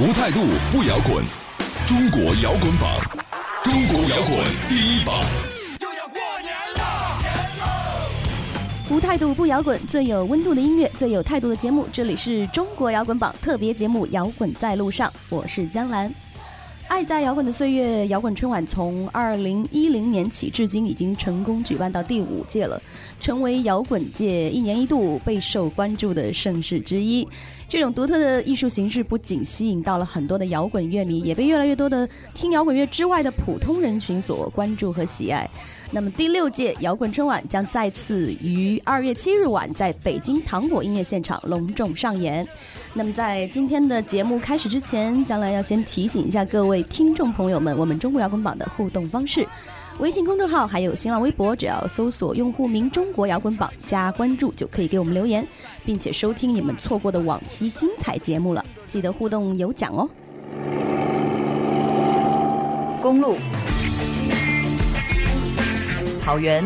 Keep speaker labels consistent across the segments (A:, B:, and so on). A: 无态度不摇滚，中国摇滚榜，中国摇滚第一榜。
B: 又要过年了，
C: 无态度不摇滚，最有温度的音乐，最有态度的节目。这里是中国摇滚榜特别节目《摇滚在路上》，我是江兰。爱在摇滚的岁月，摇滚春晚从二零一零年起至今已经成功举办到第五届了，成为摇滚界一年一度备受关注的盛事之一。这种独特的艺术形式不仅吸引到了很多的摇滚乐迷，也被越来越多的听摇滚乐之外的普通人群所关注和喜爱。那么第六届摇滚春晚将再次于二月七日晚在北京糖果音乐现场隆重上演。那么在今天的节目开始之前，将来要先提醒一下各位听众朋友们，我们中国摇滚榜的互动方式。微信公众号还有新浪微博，只要搜索用户名“中国摇滚榜”加关注，就可以给我们留言，并且收听你们错过的往期精彩节目了。记得互动有奖哦！
D: 公路、草原、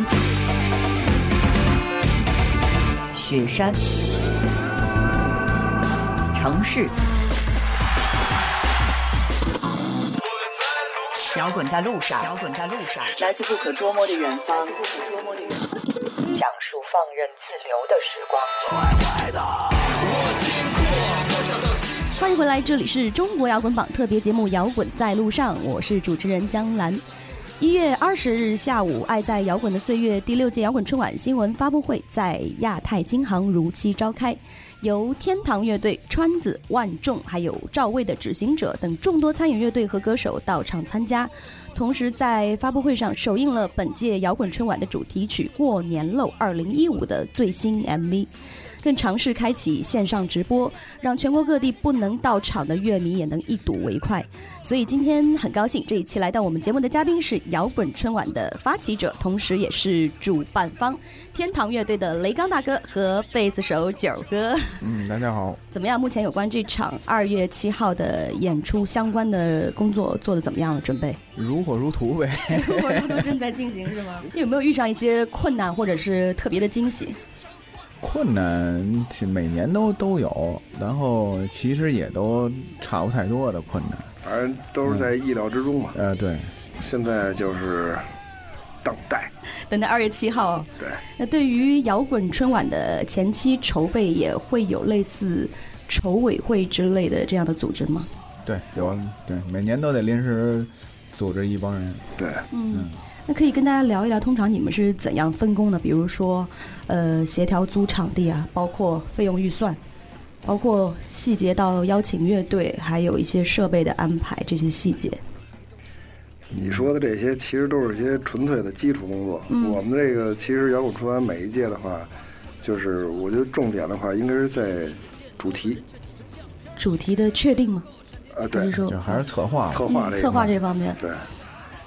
D: 雪山、城市。摇滚在路上，摇滚在路上，来自不可捉摸的远方，不可捉摸的远方。
E: 讲述放任自流的时光。
C: 欢迎回来，这里是中国摇滚榜特别节目《摇滚在路上》，我是主持人江兰。一月二十日下午，《爱在摇滚的岁月》第六届摇滚春晚新闻发布会在亚太金行如期召开，由天堂乐队、川子、万众还有赵薇的《执行者》等众多参演乐队和歌手到场参加。同时，在发布会上首映了本届摇滚春晚的主题曲《过年喽2015》的最新 MV。更尝试开启线上直播，让全国各地不能到场的乐迷也能一睹为快。所以今天很高兴，这一期来到我们节目的嘉宾是摇滚春晚的发起者，同时也是主办方天堂乐队的雷刚大哥和贝斯手九儿哥。
F: 嗯，大家好，
C: 怎么样？目前有关这场二月七号的演出相关的工作做的怎么样了？准备？
F: 如火如荼呗。
C: 如果都正在进行是吗？有没有遇上一些困难或者是特别的惊喜？
F: 困难其实每年都都有，然后其实也都差不太多的困难。
G: 反正都是在意料之中嘛。
F: 呃，对，
G: 现在就是等待，
C: 等到二月七号。
G: 对，
C: 那对于摇滚春晚的前期筹备，也会有类似筹委会之类的这样的组织吗？
F: 对，有对，每年都得临时组织一帮人。
G: 对，
C: 嗯，那可以跟大家聊一聊，通常你们是怎样分工的？比如说，呃，协调租场地啊，包括费用预算，包括细节到邀请乐队，还有一些设备的安排这些细节。
G: 你说的这些其实都是一些纯粹的基础工作。
C: 嗯
G: 我们这个其实摇滚春晚每一届的话，就是我觉得重点的话应该是在主题
C: 主题的确定吗？
G: 啊，
C: 还
G: 对
C: 是，说
F: 就还是策划吧。
G: 策划
C: 嗯
G: 这个
C: 策划这方面？
G: 对，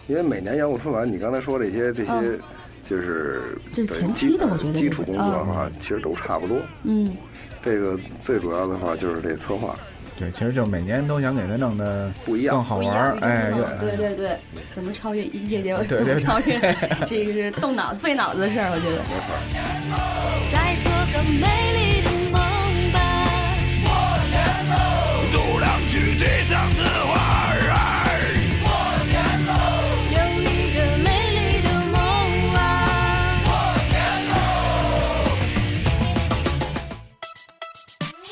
G: 因为每年摇滚春晚，你刚才说这些这些
C: 嗯，
G: 就是
C: 这是
G: 对
C: 前
G: 基
C: 期的
G: 本
C: 我觉得
G: 基
C: 这
G: 础
C: 个
G: 工作的话，其实都差不多。
C: 嗯，
G: 这个最主要的话就是这策划，
F: 对，其实就每年都想给它弄得
G: 不一样
F: 更好
C: 不一
F: 玩
C: 样
F: 儿，，哎，又
C: 就是这种对对对，怎么超越一届节目？
F: 对对对
C: 怎么超 越这个是动脑子、费脑子的事儿，我觉得。
H: 再做个美丽的梦吧。
B: 读两句地上的花儿。啊
H: 有一个美丽的梦啊！
D: 想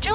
E: 中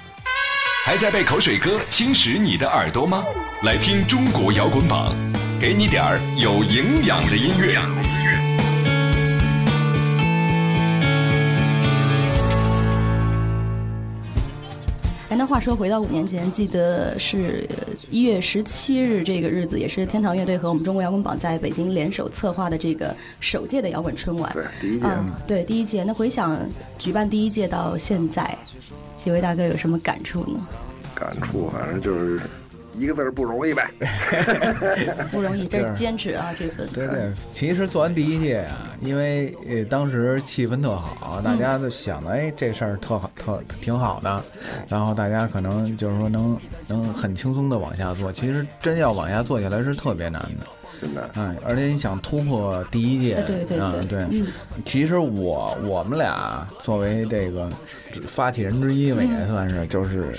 A: 还在被口水歌侵蚀你的耳朵吗？来听中国摇滚榜，给你点儿有营养的音乐。
C: 哎，那话说回到五年前，记得是一月十七日这个日子，也是天堂乐队和我们中国摇滚榜在北京联手策划的这个首届的摇滚春晚。
G: 对，第一届
C: 啊、对第一届。那回想举办第一届到现在，几位大哥有什么感触呢？
G: 感触，反正就是一个字儿不容易呗。
C: 不容易，这是
D: 是
C: 坚持啊，这份。
D: 对对，其实做完第一届啊，因为呃当时气氛特好，大家都想的哎这事儿特好特挺好的，
C: 嗯
D: 然后大家可能就是说能能很轻松的往下做，其实真要往下做下来是特别难的。
G: 真的，
D: 哎，而且你想突破第一届，
C: 哎对对
D: 嗯
C: 对
D: 对
C: 嗯
D: 其实我我们俩作为这个发起人之一吧，也
C: 嗯
D: 算是就是。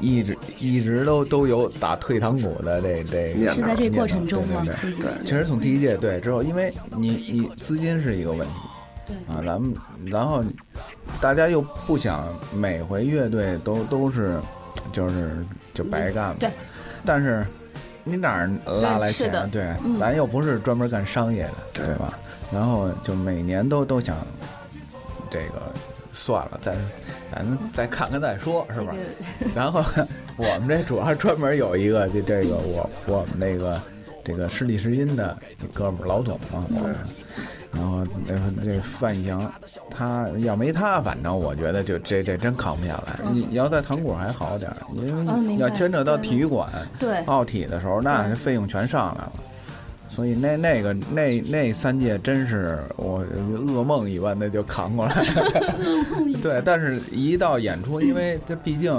D: 一直一直都都有打退堂鼓的这 这
C: 念头是在这个过程
D: 念头
C: 中吗
D: 对对
C: 已
D: 对
C: 经
D: 对，其实从第一届对之后，因为你你资金是一个问题，啊，咱们然后大家又不想每回乐队都都是就是就白干嘛，
C: 对，
D: 但是你哪儿拉来
C: 对是
D: 钱
C: 的
D: 啊？对
C: 嗯，
D: 咱又不是专门干商业的，对吧？然后就每年都都想这个算了，再咱们再看看再说，是吧？然后 我们这主要是专门有一个就这个我我们那个这个师弟师音的哥们儿老总嘛，我们。然后那这范翔，他要没他，反正我觉得就这这真扛不下来。你要在糖果还好点儿，
C: 哦
D: 因为
C: 明白嗯
D: 要牵扯到体育哦馆，
C: 对
D: 奥体的时候，那费用全上来了。所以那那个那那三届真是我噩梦一般的就扛过来，对。但是一到演出，因为这毕竟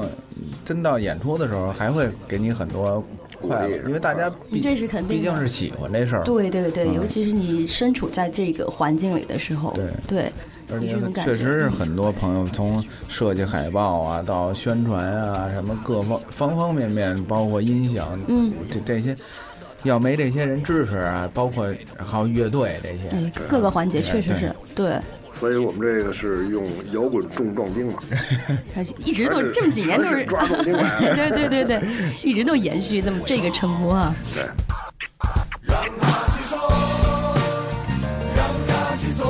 D: 真到演出的时候，还会给你很多快乐，因为大家毕
C: 这是肯定的
D: 毕竟是喜欢这事儿，
C: 对对对，
D: 嗯
C: 尤其是你身处在这个环境里的时候，
D: 对
C: 对，
D: 而
C: 你
D: 且
C: 这种感觉
D: 确实是很多朋友从设计海报啊，到宣传啊，什么各方方方面面，包括音响，
C: 嗯，
D: 这这些，要没这些人支持啊，包括还有乐队这
C: 哎
D: 些，，
C: 各个环节确实是对，
G: 所以我们这个是用摇滚重壮 丁嘛，
C: 而且一直都这么几年都
G: 而
C: 是
G: 且抓住另外
C: 对对对对，一直都延续这么这个称呼啊。
G: 对，
B: 让他去做，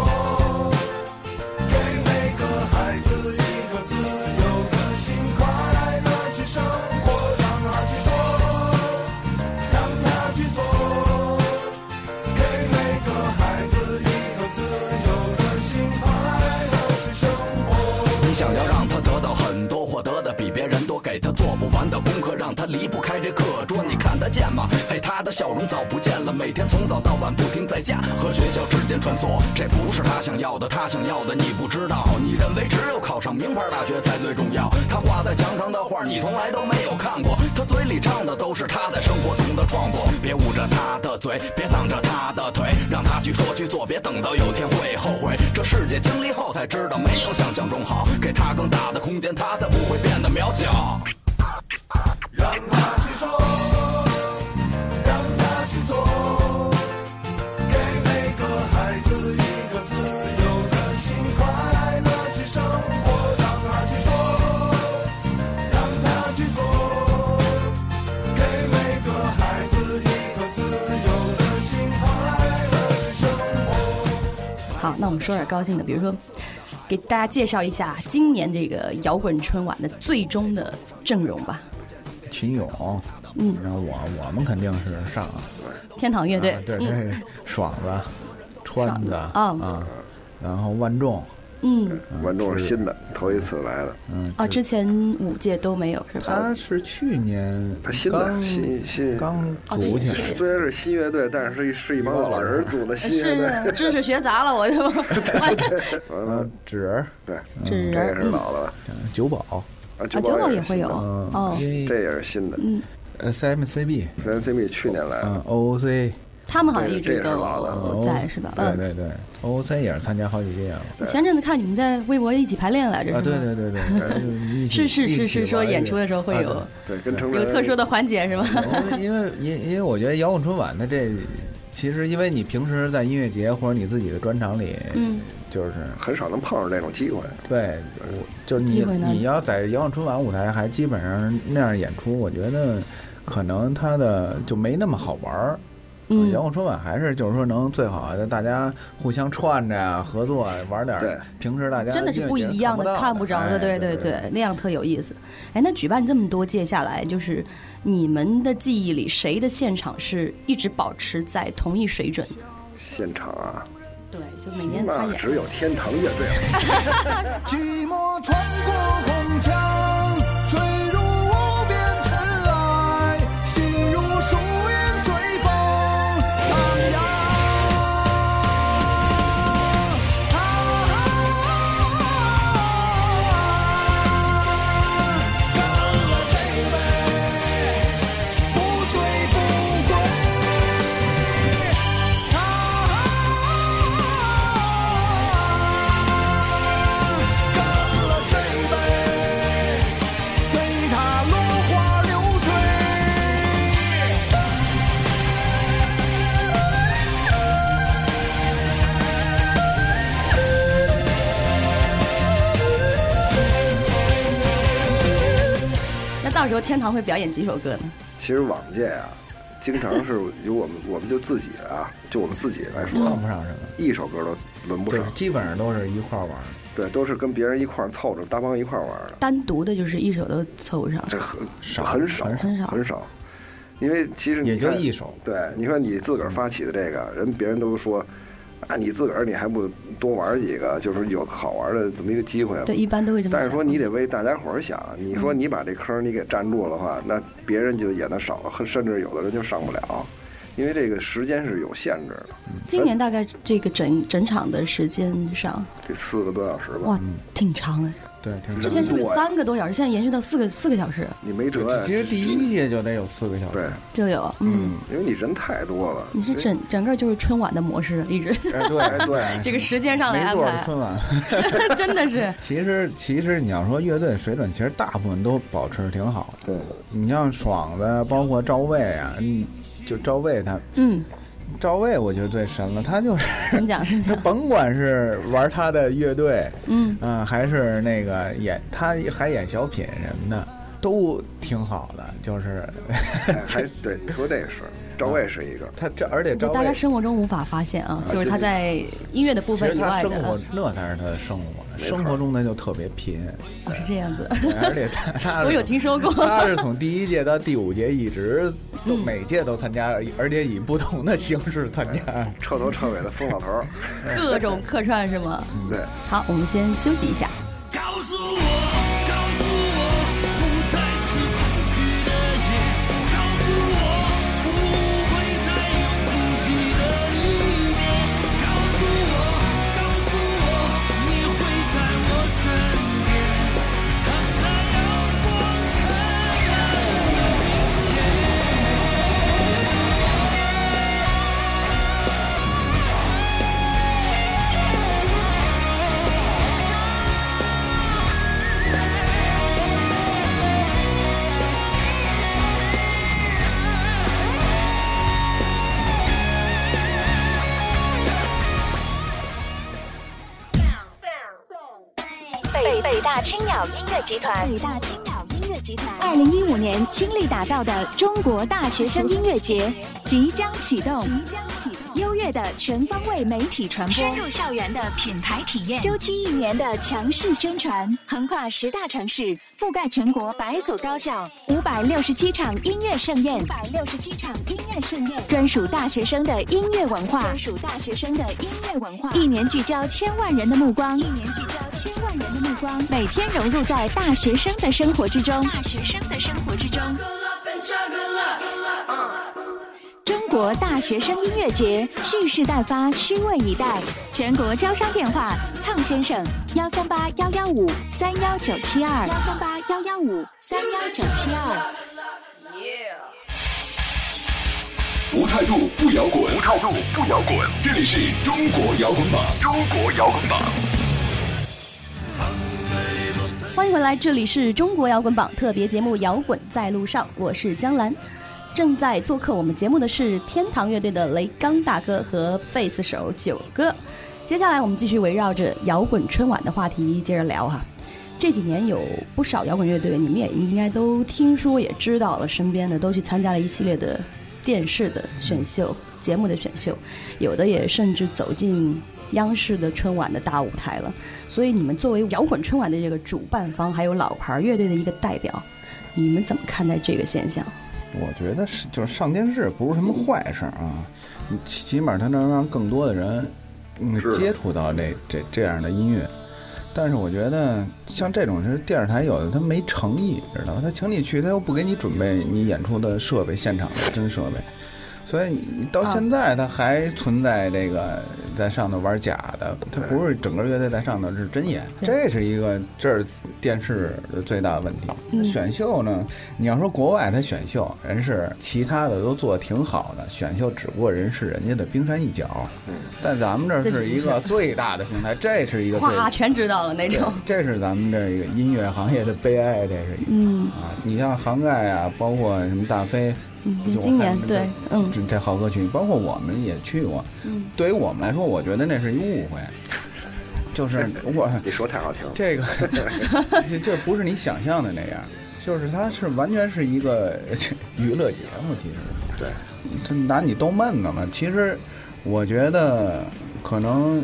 B: 给每个孩子一个自由的心，快乐去生活。让他去做，让他去做，给每个孩子一个自由的心，快乐去生活。
I: 你想要让他得到很多，获得的比别人多，给他做不完的功课，让他离不开这课桌。你看得见吗？嘿，他的笑容早不见了，每天从早到晚不停在家和学校之间穿梭。这不是他想要的，他想要的你不知道。你认为只有考上名牌大学才最重要？他画在墙上的画，你从来都没有看过。他嘴里唱的都是他在生活中的创作。别捂着他的嘴，别挡着他的腿，让他去说去做，别等到有天会后悔。这世界经历后才知道，没有想象中好。给他更大的空间，他才不会变得渺小。
B: 让他去说，让他去做，给每个孩子一个自由的心，快乐去生活。让他去说，让他去做，给每个孩子一个自由的心，快乐去生活。
C: 好，那我们说点高兴的，比如说，给大家介绍一下今年这个摇滚春晚的最终的阵容吧。
D: 秦勇，
C: 嗯，
D: 然后我我们肯定是上啊，
C: 天堂乐队，
D: 啊对
C: 嗯
D: 对，爽子、川子
C: 爽哦子
D: 啊，然后万众，
C: 嗯，
G: 观众是新的，头一次来的，
D: 嗯，
C: 哦，之前五届都没有是吧
D: 他？是去年
G: 他新的
D: 刚
G: 新新
D: 刚
C: 哦
D: 组起来，
G: 虽然是新乐队，但是是一是一帮老人组的新乐
C: 呃是啊
G: 队。
C: 知识学杂了，我 就
G: 完了，
D: 纸儿，
G: 对，
D: 嗯
C: 纸
G: 这
C: 人
G: 也是老的了。
F: 嗯
D: 九宝，
G: 啊，
C: 啊九宝也会有
D: 嗯
C: 哦
G: 这也是新的。
C: 嗯，
D: SMCB，
G: 虽然 CB 去年来
D: 嗯
G: 了，
D: ，OOC，
C: 他们好像一直
F: 这也是老的
C: 都在是吧？
F: 对
C: 嗯，
F: 对对，OOC 也是参加好几届了。
C: 我前阵子看你们在微博一起排练来着，是
F: 啊，
C: 吗？
F: 对对对对，
C: 是是是是说演出的时候会有
F: 啊对嗯
G: 跟成
C: 有特殊的环节是吗？
F: 因为因因为我觉得摇滚春晚它这其实因为你平时在音乐节或者你自己的专场里，
C: 嗯，
F: 就是
G: 很少能碰上这种机会。
F: 对，我就是
C: 机
F: 你
C: 会呢
F: 你要在摇滚春晚舞台还基本上那样演出，我觉得可能它的就没那么好玩儿。
C: 嗯
F: 摇滚春晚还是就是说能最好的大家互相串着呀，合作啊玩点儿平时大家
C: 真的是不一样
F: 的
C: 的，看不着的，对
F: 对
C: 对对，那样特有意思。哎，那举办这么多届下来，就是你们的记忆里，谁的现场是一直保持在同一水准的？
G: 现场啊，
C: 对，就每年他
G: 那
C: 演。
G: 只有天堂乐队了。
B: 寂寞穿过红墙，坠入无边尘埃，心如树叶随风荡漾。干了这杯，不醉不归。干了这杯，随它落花流水。
C: 那到时候天堂会表演几首歌呢？
G: 其实往届啊，经常是由我们我们就自己啊，就我们自己来说，
F: 嗯不上什么，
G: 一首歌都轮不
F: 对
G: 上，，
F: 基本上都是一块儿玩儿。
G: 对，都是跟别人一块儿凑着搭帮一块儿玩的，
C: 单独的就是一首都凑不上，
G: 这很很少
C: 很少
G: 很少，因为其实你
F: 也就
G: 看
F: 一首，
G: 对，你说你自个儿发起的这个，人别人都说。啊，你自个儿你还不多玩几个，就是有好玩的这么一个机会。啊
C: 对一般都会这么
G: 但是说
C: 想
G: 你得为大家伙儿想，你说你把这坑儿你给占住的话，那别人就演的少了，很甚至有的人就上不了，因为这个时间是有限制的。
C: 今年大概这个整整场的时间上，
G: 得四个多小时吧。
C: 哇，
F: 嗯
C: 挺长哎。
F: 对，挺
C: 之前是不是有三个多小时，现在延续到四个四个小时
G: 你没辙呀。
F: 其实第一届就得有四个小时。
G: 对，
C: 就有？嗯，
G: 因为你人太多了。
C: 你是整整个就是春晚的模式一直。
F: 哎对哎 对
C: 这个时间上来
F: 没
C: 安
F: 错儿，
C: 排，
F: 春晚。
C: 真的是。
F: 其实，其实你要说乐队水准，其实大部分都保持得挺好的。
G: 对，
F: 你像爽子，包括赵薇啊，嗯就赵薇她，
C: 嗯，
F: 赵薇我觉得最神了，她就是
C: 怎 么讲？
F: 她甭管是玩她的乐队，
C: 嗯
F: 嗯，还是那个演，她还演小品什么的，都挺好的，就是
G: 哎还对你说这个是，赵薇是一个，
F: 她这而且
C: 就
F: 赵
C: 大
F: 薇
C: 家生活中无法发现啊，
F: 啊
C: 就是他
F: 对对
C: 在音乐的部
F: 其实
C: 分以
F: 她
C: 外
F: 生活
C: 的，啊
F: 那才是她的生活，
C: 错
F: 生活中她就特别贫，
C: 啊是这样子。
F: 而且他他是
C: 我有听说过嗯
F: 他是从第一届到第五届一直都每届都参加，而且以不同的形式参加，
G: 彻头彻尾的疯老头儿。
C: 各种客串是吗？
F: 嗯
G: 对，
C: 好，我们先休息一下。
B: 告诉我，告诉我，不再是空虚的夜。告诉我，不会再有孤寂的一面。告诉我，告诉我，你会在我身边。看那阳光灿烂的明天。
E: 北北大青鸟音乐集团，
D: 北大青鸟音乐集团，二零一五年倾力打造的中国大学生音乐节即将启动，即将启动，优越的全方位媒体传播，深入校园的品牌体验，周期一年的强势宣传，横跨十大城市，覆盖全国百所高校，五百六十七场音乐盛宴，五百六十七场音乐盛宴，专属大学生的音乐文化，专属大学生的音乐文化，一年聚焦千万人的目光，一年聚焦千万人的目光，每天融入在大学生的生活之中，大学生的生活之中。中国大学生音乐节蓄势待发，虚位以待。全国招商电话：胖先生幺三八幺幺五三幺九七二幺三八幺幺五三幺九七二。
A: 无态度不摇滚，无态度不摇滚。这里是中国摇滚榜，中国摇滚榜。
C: 欢迎回来，这里是中国摇滚榜特别节目《摇滚在路上》，我是江兰。正在做客我们节目的是天堂乐队的雷刚大哥和贝斯手九哥。接下来我们继续围绕着摇滚春晚的话题接着聊哈、这几年有不少摇滚乐队，你们也应该都听说也知道了，身边的都去参加了一系列的电视的选秀节目的选秀，有的也甚至走进央视的春晚的大舞台了。所以你们作为摇滚春晚的这个主办方，还有老牌乐队的一个代表，你们怎么看待这个现象？
F: 我觉得是，就是上电视不是什么坏事儿啊，你起起码它能让更多的人嗯接触到这这这样的音乐。但是我觉得像这种是电视台有的，他没诚意，知道吧？他请你去，他又不给你准备你演出的设备、现场的真设备，所以你到现在他还存在这个在上头玩假的，他不是整个乐队在上头是真演，这是一个这是电视的最大的问题。
J: 嗯
F: 选秀呢，你要说国外他选秀，人是其他的都做得挺好的，选秀只不过人是人家的冰山一角，但咱们这
C: 这
F: 是一个最大的平台，这是一个最
C: 哗，全知道了那种。
F: 这是咱们这个音乐行业的悲哀，这是一个
C: 嗯
F: 啊！你像杭盖啊，包括什么大飞，
C: 嗯
F: 就，
C: 今年
F: 我看
C: 对，嗯
F: 这这好歌曲，包括我们也去过。
C: 嗯，
F: 对于我们来说，我觉得那是一误会，就是我你说太好听，这个这不是你想象的那样，就是它是完全是一个 娱乐节目，其实对，他拿你逗闷子嘛。其实我觉得可能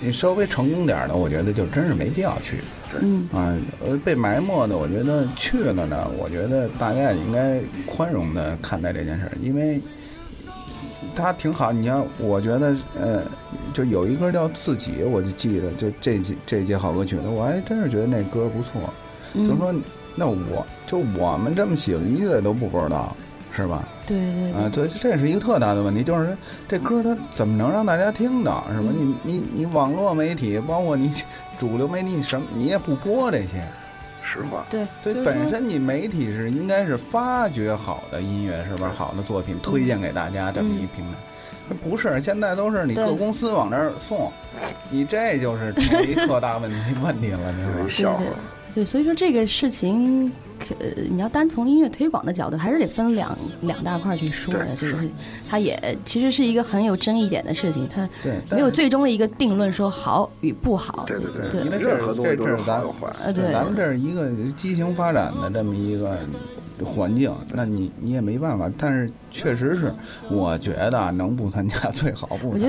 F: 你稍微成功点儿的，我觉得就真是没必要去。
C: 嗯
F: 啊，呃，被埋没的，我觉得去了呢，我觉得大家也应该宽容的看待这件事儿，因为他挺好。你要，我觉得，呃，就有一歌叫《自己》，我就记得，就这季这届好歌曲的，我还真是觉得那歌不错。
C: 嗯
F: 就说那我就我们这么喜欢音乐都不知道，是吧？
C: 对对
F: 啊，对，这是一个特大的问题，就是这歌它怎么能让大家听到，是吧？
C: 嗯
F: 你你你网络媒体，包括你主流媒体，你什么你也不播这些，实话。
C: 对
F: 对，本身你媒体是应该是发掘好的音乐，是吧？好的作
C: 嗯
F: 品推荐给大家这么一平台。不是，现在都是你各
C: 对
F: 公司往那儿送，你这就是成为一特大问题 问题了，你说？
C: 对对对，所以说这个事情，可呃，你要单从音乐推广的角度，还是得分两两大块去说的。这个是它也其实是一个很有争议点的事情，它
F: 对
C: 没有最终的一个定论，说好与不好。对对对
F: 因为这是这是咱
C: 呃对
F: 咱们这是一个畸形发展的这么一个环境，那你你也没办法。但是确实是，我觉得啊能不参加 最好不参加。
C: 我觉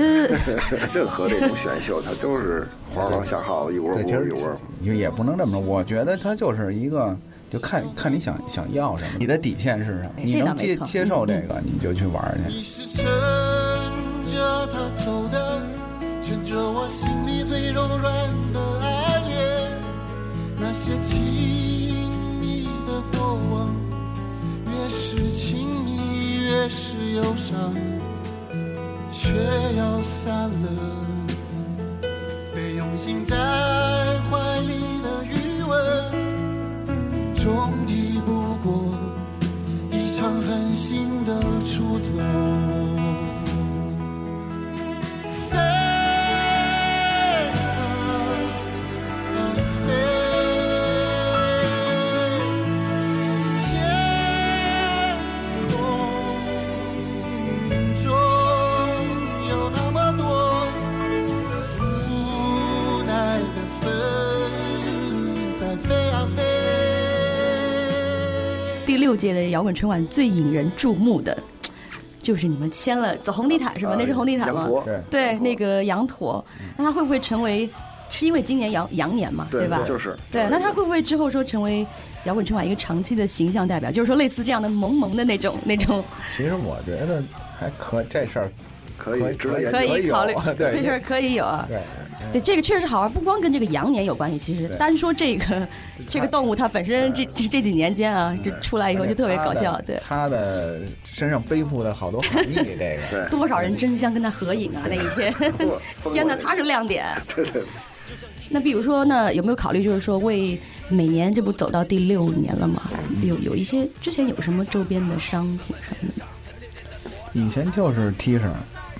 C: 得
G: 任何这种选秀，它都是黄狼下耗子，一窝
F: 对，
G: 窝
F: 其实
G: 一窝。
F: 也也不能这么说。我觉得它就是一个，就看看你想想要什么，你的底线是什么，
B: 哎
F: 你
B: 这倒
F: 能
B: 没
F: 接
B: 错
F: 接受这
C: 嗯
F: 个，你就去玩儿去。
B: 你是趁着他走的，趁着我心里最柔软的爱恋，那些亲密的过往，越是亲密越是忧伤，却要散了。被用心在怀里的余温，终抵不过一场狠心的出走。飞啊飞，天空中有那么多无奈的风在飞啊飞。
C: 第六届的摇滚春晚最引人注目的，就是你们签了走红地毯是吧？
G: 呃
C: 那是红地毯吗
G: 羊驼？对
C: 对，那个羊驼，那它会不会成为？是因为今年羊羊年嘛，
G: 对
C: 吧？
G: 就是
C: 对，那它会不会之后说成为摇滚春晚一个长期的形象代表？就是说类似这样的萌萌的那种 那种，
F: 其实我觉得还可这事儿可
G: 以值得研
C: 可以考虑
F: 对，
C: 这事儿可以有啊。
F: 对。
C: 对，这个确实好玩，不光跟这个羊年有关系，其实
F: 对
C: 单说这个这个动物，它本身这这这几年间啊，就出来以后就特别搞笑，对。
F: 他的身上背负的好多含义，这个
C: 多少人争相跟他合影啊！那一天， 天哪，他是亮点。
G: 对对。
C: 那比如说呢，有没有考虑就是说为每年这不走到第六年了嘛？有有一些之前有什么周边的商品什么的？
F: 以前就是 T 恤，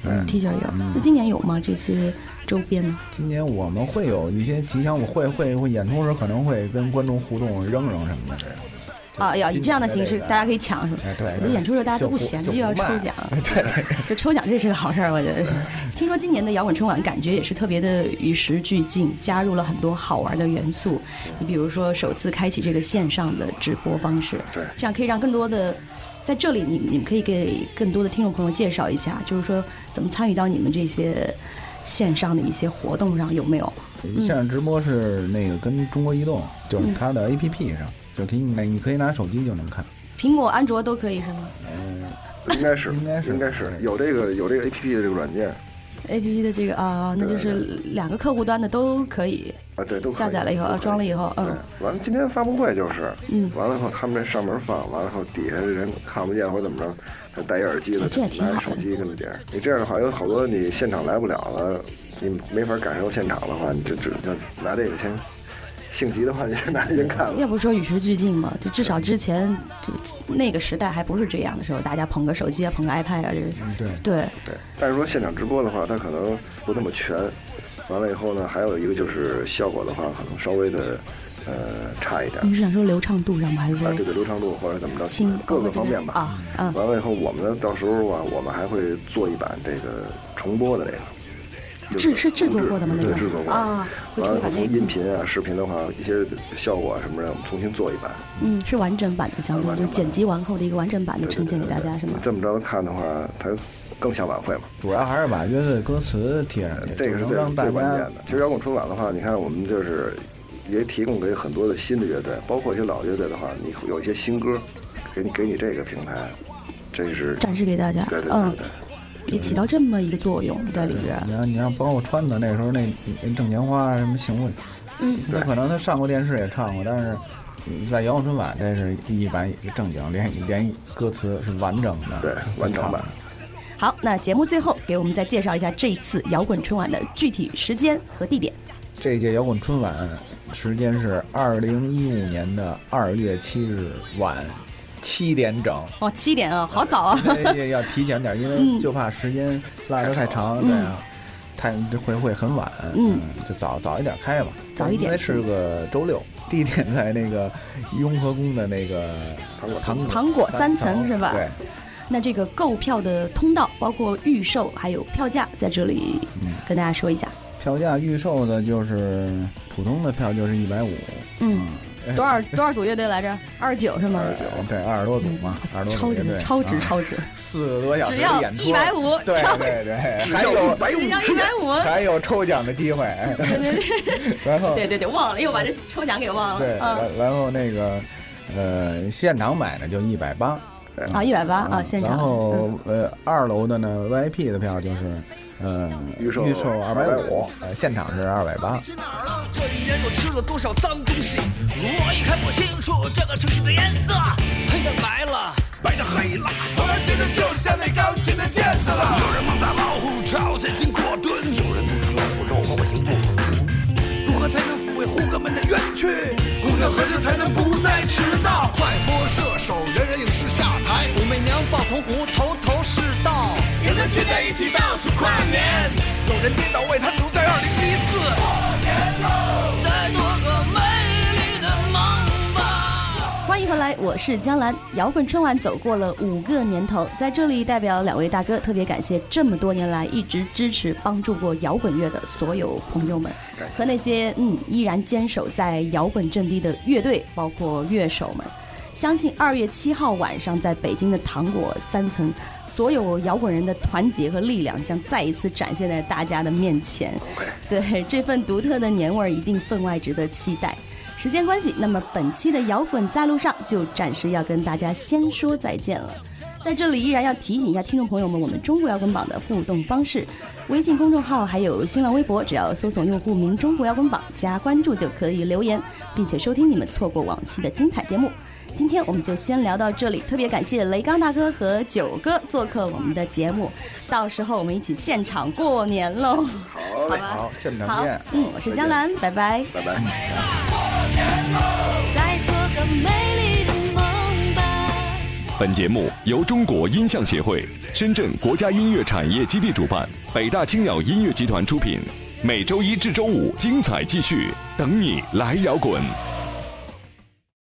F: 嗯
C: T 恤有，那
F: 嗯
C: 今年有吗？这些周边呢？
F: 今年我们会有一些吉祥，我会会会演出时候可能会跟观众互动扔扔什么的。
C: 啊，要以这样的形式，
F: 今年的这个
C: 大家可以抢，是吧？
F: 哎，对，
C: 我觉得演出时候大家都不闲着，就要抽奖。
F: 对，
C: 就抽奖这是个好事儿，我觉得。听说今年的摇滚春晚感觉也是特别的与时俱进，加入了很多好玩的元素。你比如说，首次开启这个线上的直播方式，
G: 对
C: 这样可以让更多的在这里你，你们可以给更多的听众朋友介绍一下，就是说怎么参与到你们这些线上的一些活动上，有没有？
F: 线上直播是那个跟中国移动，就是
C: 嗯
F: 它的 APP 上，就可以拿你可以拿手机就能看。
C: 苹果、安卓都可以是吗
G: 应该是，应该是，应该是有这个有这个 A P P 的这个软件
C: ？A P P 的这个啊、那就是两个客户端的都可以
G: 啊，对，都可以
C: 下载了以后，啊，装了以后，嗯。
G: 完了，今天发布会就是，
C: 嗯
G: 完了以后他们这上面放，完了以后底下的人看不见或怎么着，他戴一耳机了，
C: 哦这也挺好
G: 拿着手机跟着点儿。你这样的话，有好多你现场来不了了，你没法感受现场的话，你就只就拿这个先，性急的话你先拿这先看了。
C: 要不说与时俱进嘛，就至少之前就那个时代还不是这样的时候，大家捧个手机啊，捧个 iPad 啊，这个
G: 嗯对
C: 对
G: 对，但是说现场直播的话，它可能不那么全。完了以后呢，还有一个就是效果的话，可能稍微的呃差一点。
C: 你是想说流畅度上吗？还是说
G: 啊，对对，流畅度或者怎么
C: 嗯
G: 着
C: 轻，
G: 各个方面吧。嗯
C: 啊啊
G: 完了以后，我们呢，到时候啊，我们还会做一版这个重播的这个。就是
C: 制是制作过的吗？那
G: 对
C: 个
G: 制作过的
C: 啊，会
G: 完
C: 出一
G: 了以后，
C: 版
G: 从
C: 这
G: 音
C: 个，
G: 频啊、视频的话，一些效果啊什么的，我们重新做一版。
C: 嗯，是完整
G: 啊
C: 版的，相当于就是剪辑完后的一个完整版的呈现给大家，是吗？
G: 这么着看的话，它更像晚会嘛。
F: 主要还是把乐队歌词贴上去，
G: 这个是
F: 能
G: 最
F: 让大
G: 最关键
F: 家
G: 的。其实摇滚春晚的话，你看我们就是也提供给很多的新的乐队，包括一些老乐队的话，你有一些新歌，给你给你这个平台，这是
C: 展示给大家
G: 对对，对
C: 嗯
G: 对。
C: 也起到这么一个作用在里边。
F: 然后你让包括川子那时候那那挣钱花什么行为，
C: 嗯
F: 那可能他上过电视也唱过，但是在摇滚春晚这是一版正经，连连歌词是完整的，对，
G: 完整版。
C: 好，那节目最后给我们再介绍一下这一次摇滚春晚的具体时间和地点。
F: 这届摇滚春晚时间是二零一五年的二月七日晚七点整。
C: 哦，七点啊，好早啊！
F: 因为要提前点儿，因为就怕时间拉得太长，
C: 嗯
F: 这样太这会会很晚。
C: 嗯，
F: 就早早一点开吧，
C: 早一点
F: 因为是个周六，地点在那个雍和宫的那个糖果糖
C: 糖果三层是吧
F: 对，
C: 那这个购票的通道，包括预售还有票价，在这里
F: 嗯
C: 跟大家说一下。
F: 票价预售的就是普通的票就是一百五，
C: 嗯，多少多少组乐队来着？二十九是吗？
F: 对，二十多组嘛，二十
C: 嗯
F: 啊
C: 超
F: 多组
C: 值
F: 乐队，
C: 超值超值
F: 四个多小时
C: 只要
F: 的演出，
C: 150
F: 对
C: 超
F: 对
C: 只
F: 对，
C: 要
F: 还有
C: 150只要 150
F: 还有抽奖的机会， 然后
C: 对对对，忘了，又把这抽奖给忘
F: 对，
C: 了。嗯
F: 然、然后那个呃，现场买呢就一百八，
C: 啊，一百八啊，现场。
F: 然
C: 嗯
F: 后呃，二楼的呢 VIP 的票就是呃预售预售二百五，呃，现场是二百八。
J: 这一年又吃了多少脏东西？我已看不清楚这个城市的颜色，黑的白了，白的黑了。我的心中就像那钢琴的键子了。有人猛打老虎，朝鲜金过盾；有人不吃老虎肉，我行不服。如何才能抚慰呼哥们的冤屈？公正和谐才能不再迟到。快播射手，人人影视下台。武媚娘抱铜壶，头头是道。人们聚在一起倒数跨年，有人跌倒为他留在二零一四。过年喽！再做个美丽的梦吧。
C: 欢迎回来，我是江兰。摇滚春晚走过了五个年头，在这里代表两位大哥，特别感谢这么多年来一直支持帮助过摇滚乐的所有朋友们，和那些嗯依然坚守在摇滚阵地的乐队，包括乐手们。相信二月七号晚上在北京的糖果三层，所有摇滚人的团结和力量将再一次展现在大家的面前。 对这份独特的年味儿，一定分外值得期待。时间关系，那么本期的摇滚在路上就暂时要跟大家先说再见了。在这里依然要提醒一下听众朋友们，我们中国摇滚榜的互动方式，微信公众号还有新浪微博，只要搜索用户名“中国摇滚榜”加关注就可以留言，并且收听你们错过往期的精彩节目。今天我们就先聊到这里，特别感谢雷刚大哥和九哥做客我们的节目，到时候我们一起现场过年喽！
F: 好
C: 嘞
F: 好，现场
C: 好
F: 见。，
C: 嗯，我是江兰，拜拜，
F: 拜拜。
H: 再做个美丽的梦吧。
A: 本节目由中国音像协会、深圳国家音乐产业基地主办，北大青鸟音乐集团出品。每周一至周五精彩继续，等你来摇滚。